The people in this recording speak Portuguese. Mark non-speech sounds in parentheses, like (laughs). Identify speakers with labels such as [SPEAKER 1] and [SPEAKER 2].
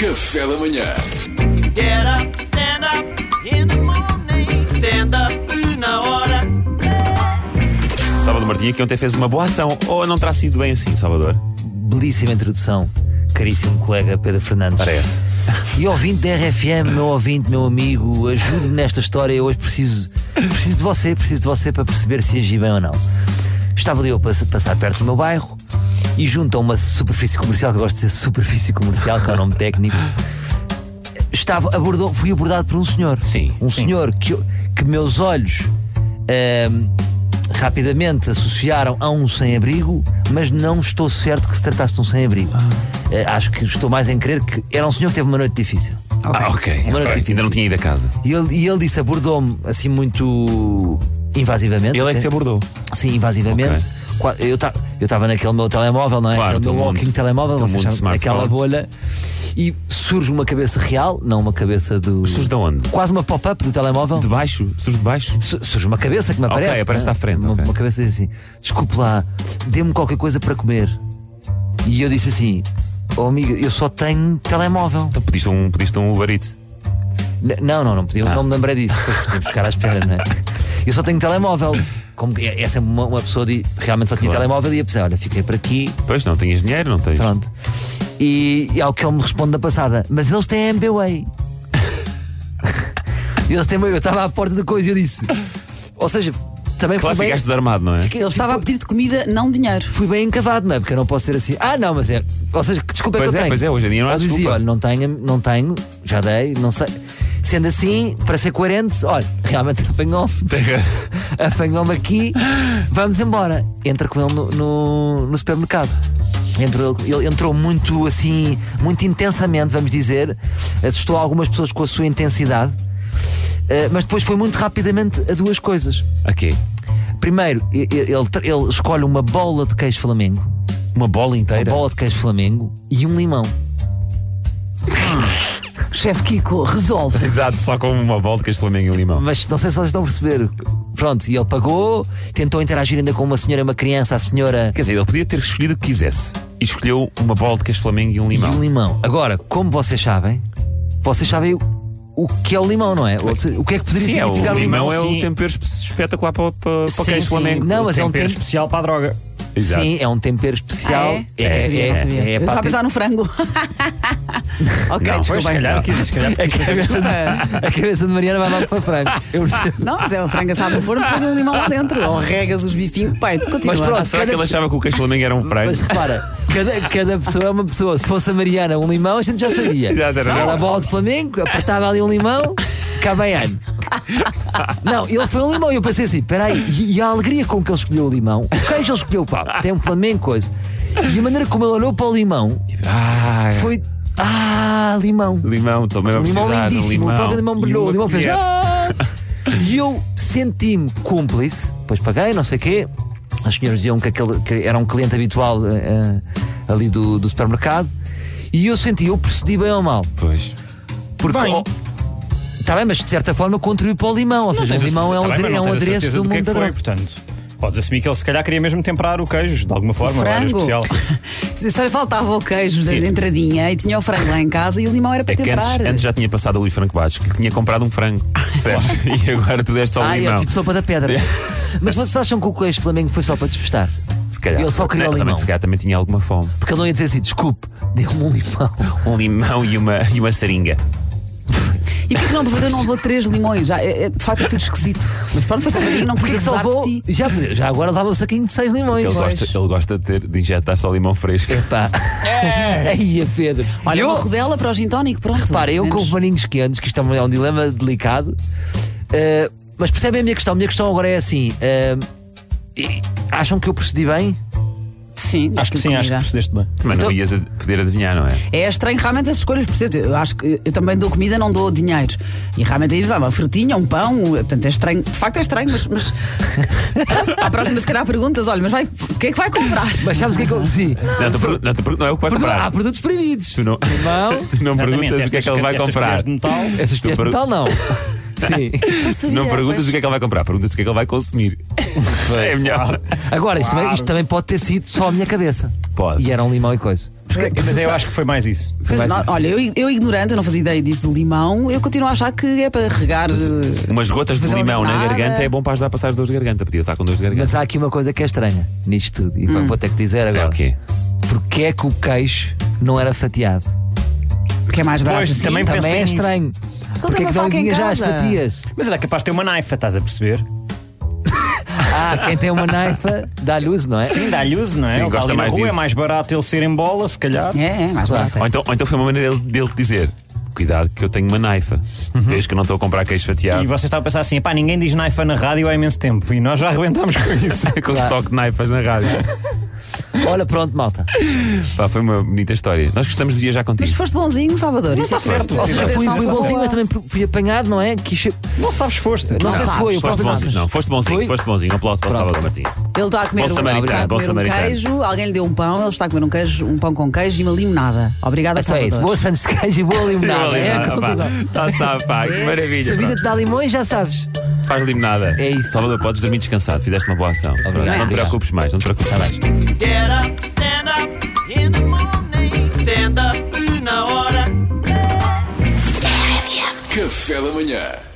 [SPEAKER 1] Café da manhã.
[SPEAKER 2] Get up, stand up in the morning. Stand up na hora.
[SPEAKER 3] Salvador Martinha, que ontem fez uma boa ação. Ou não terá sido bem assim, Salvador?
[SPEAKER 4] Belíssima introdução, caríssimo colega Pedro Fernandes.
[SPEAKER 3] Parece.
[SPEAKER 4] E ouvinte da RFM, meu ouvinte, meu amigo, ajude-me nesta história. Eu hoje preciso, preciso de você, preciso de você para perceber se agi bem ou não. Estava ali eu a pass- passar perto do meu bairro e junto a uma superfície comercial, que eu gosto de dizer superfície comercial, que é o nome técnico, estava, abordou, fui abordado por um senhor.
[SPEAKER 3] Sim,
[SPEAKER 4] Um
[SPEAKER 3] sim.
[SPEAKER 4] senhor que, eu- que meus olhos ahm, rapidamente associaram a um sem-abrigo, mas não estou certo que se tratasse de um sem-abrigo.
[SPEAKER 3] Ah.
[SPEAKER 4] Eh, acho que estou mais em crer que era um senhor que teve uma noite difícil.
[SPEAKER 3] Ah, ok.
[SPEAKER 4] Uma noite
[SPEAKER 3] Ok,
[SPEAKER 4] difícil.
[SPEAKER 3] Ainda não tinha ido a casa.
[SPEAKER 4] E ele, e ele disse, abordou-me assim muito invasivamente.
[SPEAKER 3] Ele é que te
[SPEAKER 4] até.
[SPEAKER 3] abordou.
[SPEAKER 4] Sim, invasivamente. Qua- Eu ta- eu estava naquele meu telemóvel, não é?
[SPEAKER 3] Claro,
[SPEAKER 4] aquele
[SPEAKER 3] teu
[SPEAKER 4] meu
[SPEAKER 3] mundo-
[SPEAKER 4] walking telemóvel,
[SPEAKER 3] teu
[SPEAKER 4] vocês
[SPEAKER 3] mundo
[SPEAKER 4] chamam-
[SPEAKER 3] smartphone.
[SPEAKER 4] aquela bolha. E surge uma cabeça real, não uma cabeça do.
[SPEAKER 3] Surge de onde?
[SPEAKER 4] Quase uma pop-up do telemóvel.
[SPEAKER 3] De baixo? Surge de baixo?
[SPEAKER 4] Su- Surge uma cabeça que me
[SPEAKER 3] Ok,
[SPEAKER 4] aparece.
[SPEAKER 3] aparece
[SPEAKER 4] não é?
[SPEAKER 3] à frente,
[SPEAKER 4] Uma,
[SPEAKER 3] ok.
[SPEAKER 4] uma cabeça diz assim: desculpe lá, dê-me qualquer coisa para comer. E eu disse assim: oh amigo, eu só tenho telemóvel.
[SPEAKER 3] Então pediste um, pediste um Uber Eats.
[SPEAKER 4] N- Não, não, não podia,
[SPEAKER 3] Ah.
[SPEAKER 4] não me lembrei disso. Depois tinha que buscar à espera, não é? Eu só tenho telemóvel. Como que é- essa é uma, uma pessoa de realmente só tinha
[SPEAKER 3] Claro.
[SPEAKER 4] telemóvel e ia pensar, olha, fiquei por aqui,
[SPEAKER 3] Pois, não tinhas dinheiro, não tens.
[SPEAKER 4] pronto. E, e ao que ele me responde na passada, mas eles têm a MBWay.
[SPEAKER 3] (laughs)
[SPEAKER 4] eles têm Eu estava à porta da coisa e eu disse. Ou seja, também
[SPEAKER 3] Claro,
[SPEAKER 4] fui bem.
[SPEAKER 3] ficaste desarmado, não é?
[SPEAKER 4] fiquei-
[SPEAKER 5] Ele estava a pedir-te comida, não dinheiro.
[SPEAKER 4] Fui bem encavado, não é? Porque eu não posso ser assim. Ah, não, mas é. Ou seja, que desculpa
[SPEAKER 3] Pois
[SPEAKER 4] que eu
[SPEAKER 3] é,
[SPEAKER 4] tenho.
[SPEAKER 3] pois é, hoje em dia não há
[SPEAKER 4] Eu dizia,
[SPEAKER 3] desculpa.
[SPEAKER 4] olha, não tenho, não tenho, já dei, não sei. Sendo assim, para ser coerente, olha, realmente apanhou-me.
[SPEAKER 3] Tens razão.
[SPEAKER 4] apanhou-me aqui, vamos embora. Entra com ele no, no- no supermercado. Entrou, ele entrou muito assim, muito intensamente, vamos dizer, assustou algumas pessoas com a sua intensidade, eh, mas depois foi muito rapidamente a duas coisas.
[SPEAKER 3] Aqui.
[SPEAKER 4] Primeiro, e- e- ele, tra- ele escolhe uma bola de queijo flamengo,
[SPEAKER 3] Uma bola
[SPEAKER 4] uma
[SPEAKER 3] inteira.
[SPEAKER 4] bola de queijo flamengo e um limão.
[SPEAKER 5] Chefe Kiko, resolve.
[SPEAKER 3] Exato, só com uma bola de queijo flamengo e um limão.
[SPEAKER 4] Mas não sei se vocês estão a perceber. Pronto, e ele pagou, tentou interagir ainda com uma senhora e uma criança, a senhora
[SPEAKER 3] Quer dizer, ele podia ter escolhido o que quisesse. E escolheu uma bola de queijo flamengo e um limão.
[SPEAKER 4] E um limão. Agora, como vocês sabem, vocês sabem o, o que é o limão, não é? Ou seja, o que é que poderia
[SPEAKER 3] Sim, é, o
[SPEAKER 4] significar
[SPEAKER 3] limão,
[SPEAKER 4] o limão?
[SPEAKER 3] é o
[SPEAKER 6] sim.
[SPEAKER 3] tempero espe- espetacular para, para, para o
[SPEAKER 6] Sim,
[SPEAKER 3] queijo
[SPEAKER 6] sim.
[SPEAKER 3] flamengo.
[SPEAKER 4] Não, mas é um
[SPEAKER 6] tempero
[SPEAKER 4] tempo-
[SPEAKER 6] especial para a droga.
[SPEAKER 3] Exato.
[SPEAKER 4] Sim, é um tempero especial.
[SPEAKER 5] Ah, é? sabia, não sabia.
[SPEAKER 4] é
[SPEAKER 5] eu estava a
[SPEAKER 4] papi-
[SPEAKER 5] pensar no frango. ok,
[SPEAKER 3] Não,
[SPEAKER 6] Pois,
[SPEAKER 5] desculpa.
[SPEAKER 6] se calhar, quis, se calhar, quis.
[SPEAKER 4] a cabeça de Mariana vai logo para frango. Eu percebo.
[SPEAKER 5] Não, mas é o frango assado no forno, depois o limão lá dentro. Ou regas os bifinhos. Pai, continua.
[SPEAKER 4] Mas
[SPEAKER 3] Ah,
[SPEAKER 4] pronto,
[SPEAKER 3] será que ele
[SPEAKER 4] cada,
[SPEAKER 3] achava que o queijo flamengo era um frango?
[SPEAKER 4] (laughs) mas repara, cada, cada pessoa é uma pessoa. Se fosse a Mariana um limão, a gente
[SPEAKER 3] (laughs)
[SPEAKER 4] já sabia.
[SPEAKER 3] Exato, era é?
[SPEAKER 4] Ela
[SPEAKER 3] normal.
[SPEAKER 4] bola de Flamengo, apertava ali um limão, cá em ano. Não, ele foi um limão e eu pensei assim: peraí, e, e a alegria com que ele escolheu o limão, o queijo ele escolheu, pá, tem um Flamengo, coisa. E a maneira como ele olhou para o limão
[SPEAKER 3] Ah, é.
[SPEAKER 4] foi. Ah, limão.
[SPEAKER 3] Limão, estou mesmo a
[SPEAKER 4] Um limão
[SPEAKER 3] precisar de um
[SPEAKER 4] lindíssimo, o próprio limão
[SPEAKER 3] E
[SPEAKER 4] brilhou, o
[SPEAKER 3] uma
[SPEAKER 4] limão fez.
[SPEAKER 3] colher.
[SPEAKER 4] "Ah!" E eu senti-me cúmplice, depois paguei, não sei o quê. As senhoras diziam que, aquele, que era um cliente habitual eh, eh, ali do, do supermercado. E eu senti, eu procedi bem ou mal.
[SPEAKER 3] Pois.
[SPEAKER 4] Porque.
[SPEAKER 6] Bem.
[SPEAKER 4] Está bem, mas de certa forma contribuiu para o limão. Ou seja, o
[SPEAKER 6] Tens a
[SPEAKER 4] limão é um,
[SPEAKER 6] certeza-
[SPEAKER 4] adre-
[SPEAKER 6] tá bem, mas
[SPEAKER 4] é
[SPEAKER 6] não
[SPEAKER 4] um
[SPEAKER 6] tens a
[SPEAKER 4] adereço
[SPEAKER 6] certeza
[SPEAKER 4] do,
[SPEAKER 6] do que é
[SPEAKER 4] mundo da
[SPEAKER 6] que foi,
[SPEAKER 4] droga.
[SPEAKER 6] portanto. Podes assumir que ele se calhar queria mesmo temperar o queijo, de alguma forma, ou era
[SPEAKER 5] frango.
[SPEAKER 6] é especial.
[SPEAKER 5] (laughs) Só lhe faltava o queijo
[SPEAKER 3] Sim.
[SPEAKER 5] de entradinha e tinha o frango lá em casa e o limão era para
[SPEAKER 3] É que antes,
[SPEAKER 5] temperar.
[SPEAKER 3] antes já tinha passado a Luís Franco Bastos, que lhe tinha comprado um
[SPEAKER 4] (laughs)
[SPEAKER 3] frango. Percebes? e agora tu deste só o
[SPEAKER 4] Ah, é
[SPEAKER 3] limão.
[SPEAKER 4] tipo sopa da
[SPEAKER 6] (laughs)
[SPEAKER 4] pedra. mas vocês acham que o queijo de Flamengo foi só para despistar?
[SPEAKER 3] Se calhar.
[SPEAKER 4] Ele só queria
[SPEAKER 3] Não,
[SPEAKER 4] o
[SPEAKER 3] também,
[SPEAKER 4] limão.
[SPEAKER 3] Se calhar também tinha alguma fome.
[SPEAKER 4] Porque ele não ia dizer assim: desculpe, deu-me um limão.
[SPEAKER 3] Um limão e uma, e uma seringa.
[SPEAKER 5] E por que não aproveitou? Eu não vou três limões. Já, é- é- de facto é tudo esquisito. Mas pronto, foi assim, não
[SPEAKER 4] Porquê
[SPEAKER 5] podia
[SPEAKER 4] é que só
[SPEAKER 5] abusar
[SPEAKER 4] vou.
[SPEAKER 5] de ti.
[SPEAKER 4] Já, já agora dava um saquinho de seis limões.
[SPEAKER 3] Ele gosta, ele gosta de, ter, de injetar só limão fresco.
[SPEAKER 4] Pá. (laughs) Aí a Pedro.
[SPEAKER 5] Olha,
[SPEAKER 4] eu,
[SPEAKER 5] uma rodela para o gin tónico, pronto.
[SPEAKER 4] repara, eu com
[SPEAKER 5] Menos.
[SPEAKER 4] paninhos quentes, que isto é um- é um dilema delicado, eh, mas percebem a minha questão? A minha questão agora é assim: eh, e- acham que eu procedi bem?
[SPEAKER 5] Sim,
[SPEAKER 6] Acho que sim, acho que procedeste bem.
[SPEAKER 3] Também
[SPEAKER 4] então-
[SPEAKER 3] não ias ad- poder adivinhar, não é?
[SPEAKER 5] É estranho realmente as escolhas, percebes? Eu acho que eu também dou comida, não dou dinheiro. E realmente aí dava uma frutinha, um pão, um- portanto é estranho. De facto é estranho, mas. mas... Pronto, à próxima, se calhar, perguntas: olha, mas vai, o que é que vai comprar?
[SPEAKER 4] Mas sabes o que é que eu procedi?
[SPEAKER 3] Não, tu pergun- não, tu pergun- não é o que vai
[SPEAKER 4] Produ- há
[SPEAKER 3] comprar.
[SPEAKER 4] produtos proibidos.
[SPEAKER 3] Tu não, (laughs)
[SPEAKER 4] Não,
[SPEAKER 3] tu não perguntas
[SPEAKER 6] Exatamente,
[SPEAKER 3] o que é que
[SPEAKER 6] estas-
[SPEAKER 3] ele vai
[SPEAKER 6] estas
[SPEAKER 3] comprar. é
[SPEAKER 6] colheres de metal.
[SPEAKER 4] essas
[SPEAKER 3] Tu
[SPEAKER 4] colheres de
[SPEAKER 3] pergun-
[SPEAKER 4] metal não. Sim.
[SPEAKER 3] Não perguntas o que é que ele vai comprar, perguntas o que é que ele vai
[SPEAKER 4] (laughs)
[SPEAKER 3] consumir. É melhor.
[SPEAKER 4] Agora, isto, também, isto também pode ter sido só a minha cabeça.
[SPEAKER 3] Pode.
[SPEAKER 4] E era um limão e coisa.
[SPEAKER 5] Porque-
[SPEAKER 6] Mas eu acho que foi mais isso.
[SPEAKER 5] Pois
[SPEAKER 4] Vai
[SPEAKER 5] não,
[SPEAKER 4] ser-
[SPEAKER 5] olha, eu, eu ignorante, eu não fazia ideia disso do limão, eu continuo a achar que é para regar. eh,
[SPEAKER 3] Umas gotas de
[SPEAKER 5] Mas ele
[SPEAKER 3] limão na
[SPEAKER 5] nada.
[SPEAKER 3] garganta é bom para ajudar a passar as dores de garganta. Podia estar com dores de garganta.
[SPEAKER 4] Mas há aqui uma coisa que é estranha nisto tudo. E pá, vou ter que dizer agora.
[SPEAKER 3] É o quê?
[SPEAKER 4] Porquê é que o queixo não era fatiado?
[SPEAKER 5] Porque é mais barato.
[SPEAKER 6] Pois,
[SPEAKER 5] Sim,
[SPEAKER 6] também
[SPEAKER 5] tá-
[SPEAKER 6] pensei
[SPEAKER 4] Também é
[SPEAKER 6] nisso.
[SPEAKER 4] estranho. Porquê
[SPEAKER 5] tem
[SPEAKER 4] é que
[SPEAKER 5] uma
[SPEAKER 4] não
[SPEAKER 5] faca em
[SPEAKER 4] vinha já as
[SPEAKER 5] casa.
[SPEAKER 4] fatias?
[SPEAKER 6] Mas ele é capaz de ter uma naifa, estás a perceber?
[SPEAKER 4] Ah, quem tem uma naifa dá-lhe uso, não é?
[SPEAKER 6] Sim, dá-lhe uso, não é?
[SPEAKER 3] Sim,
[SPEAKER 6] Ele está
[SPEAKER 3] gosta
[SPEAKER 6] ali na
[SPEAKER 3] mais
[SPEAKER 6] rua,
[SPEAKER 3] disso.
[SPEAKER 6] é mais barato ele ser em bola, se calhar.
[SPEAKER 5] É, é mais barato.
[SPEAKER 3] Ou então, ou então foi uma maneira dele- dele te dizer: cuidado que eu tenho uma naifa. Vês que eu não estou a comprar queijo
[SPEAKER 6] E
[SPEAKER 3] fatiado.
[SPEAKER 6] vocês estavam a pensar assim, pá, ninguém diz naifa na rádio há imenso tempo. E nós já arrebentámos com isso.
[SPEAKER 3] (laughs) com o estoque de naifas na rádio.
[SPEAKER 4] Olha, pronto, malta.
[SPEAKER 3] (laughs) Pá, foi uma bonita história. Nós gostamos de viajar
[SPEAKER 5] Mas
[SPEAKER 3] contigo.
[SPEAKER 5] foste bonzinho, Salvador. é Não
[SPEAKER 6] tá certo.
[SPEAKER 4] Ou seja, fui, fui bonzinho, mas também fui apanhado, não é? Quis ser-
[SPEAKER 6] Não sabes, foste.
[SPEAKER 4] Não sei se foi, eu
[SPEAKER 3] Foste
[SPEAKER 4] posso
[SPEAKER 3] bonzinho, não, foste bonzinho,
[SPEAKER 4] Foi?
[SPEAKER 3] foste bonzinho. Um aplauso para o
[SPEAKER 4] Pronto.
[SPEAKER 3] Salvador Martins.
[SPEAKER 5] Ele está a comer,
[SPEAKER 3] Bom
[SPEAKER 5] um,
[SPEAKER 3] samaritano,
[SPEAKER 5] está a
[SPEAKER 3] bom
[SPEAKER 5] comer um
[SPEAKER 3] samaritano.
[SPEAKER 5] queijo, alguém lhe deu um pão, ele está a comer um queijo, um pão com queijo e uma limonada. Obrigada,
[SPEAKER 4] Então é isso.
[SPEAKER 5] Salvador.
[SPEAKER 4] Boa Santos de queijo e boa limonada. É a conclusão.
[SPEAKER 3] Está sabe, Tá pá, que
[SPEAKER 4] Se a
[SPEAKER 3] maravilha.
[SPEAKER 4] vida te dá limões, já sabes.
[SPEAKER 3] pá. Faz limonada.
[SPEAKER 4] É isso.
[SPEAKER 3] Salvador, podes dormir descansado. Fizeste uma boa ação. Não te preocupes mais, não te preocupes mais.
[SPEAKER 2] Get up, stand up in the morning. Stand up, una hora.
[SPEAKER 1] Café da manhã.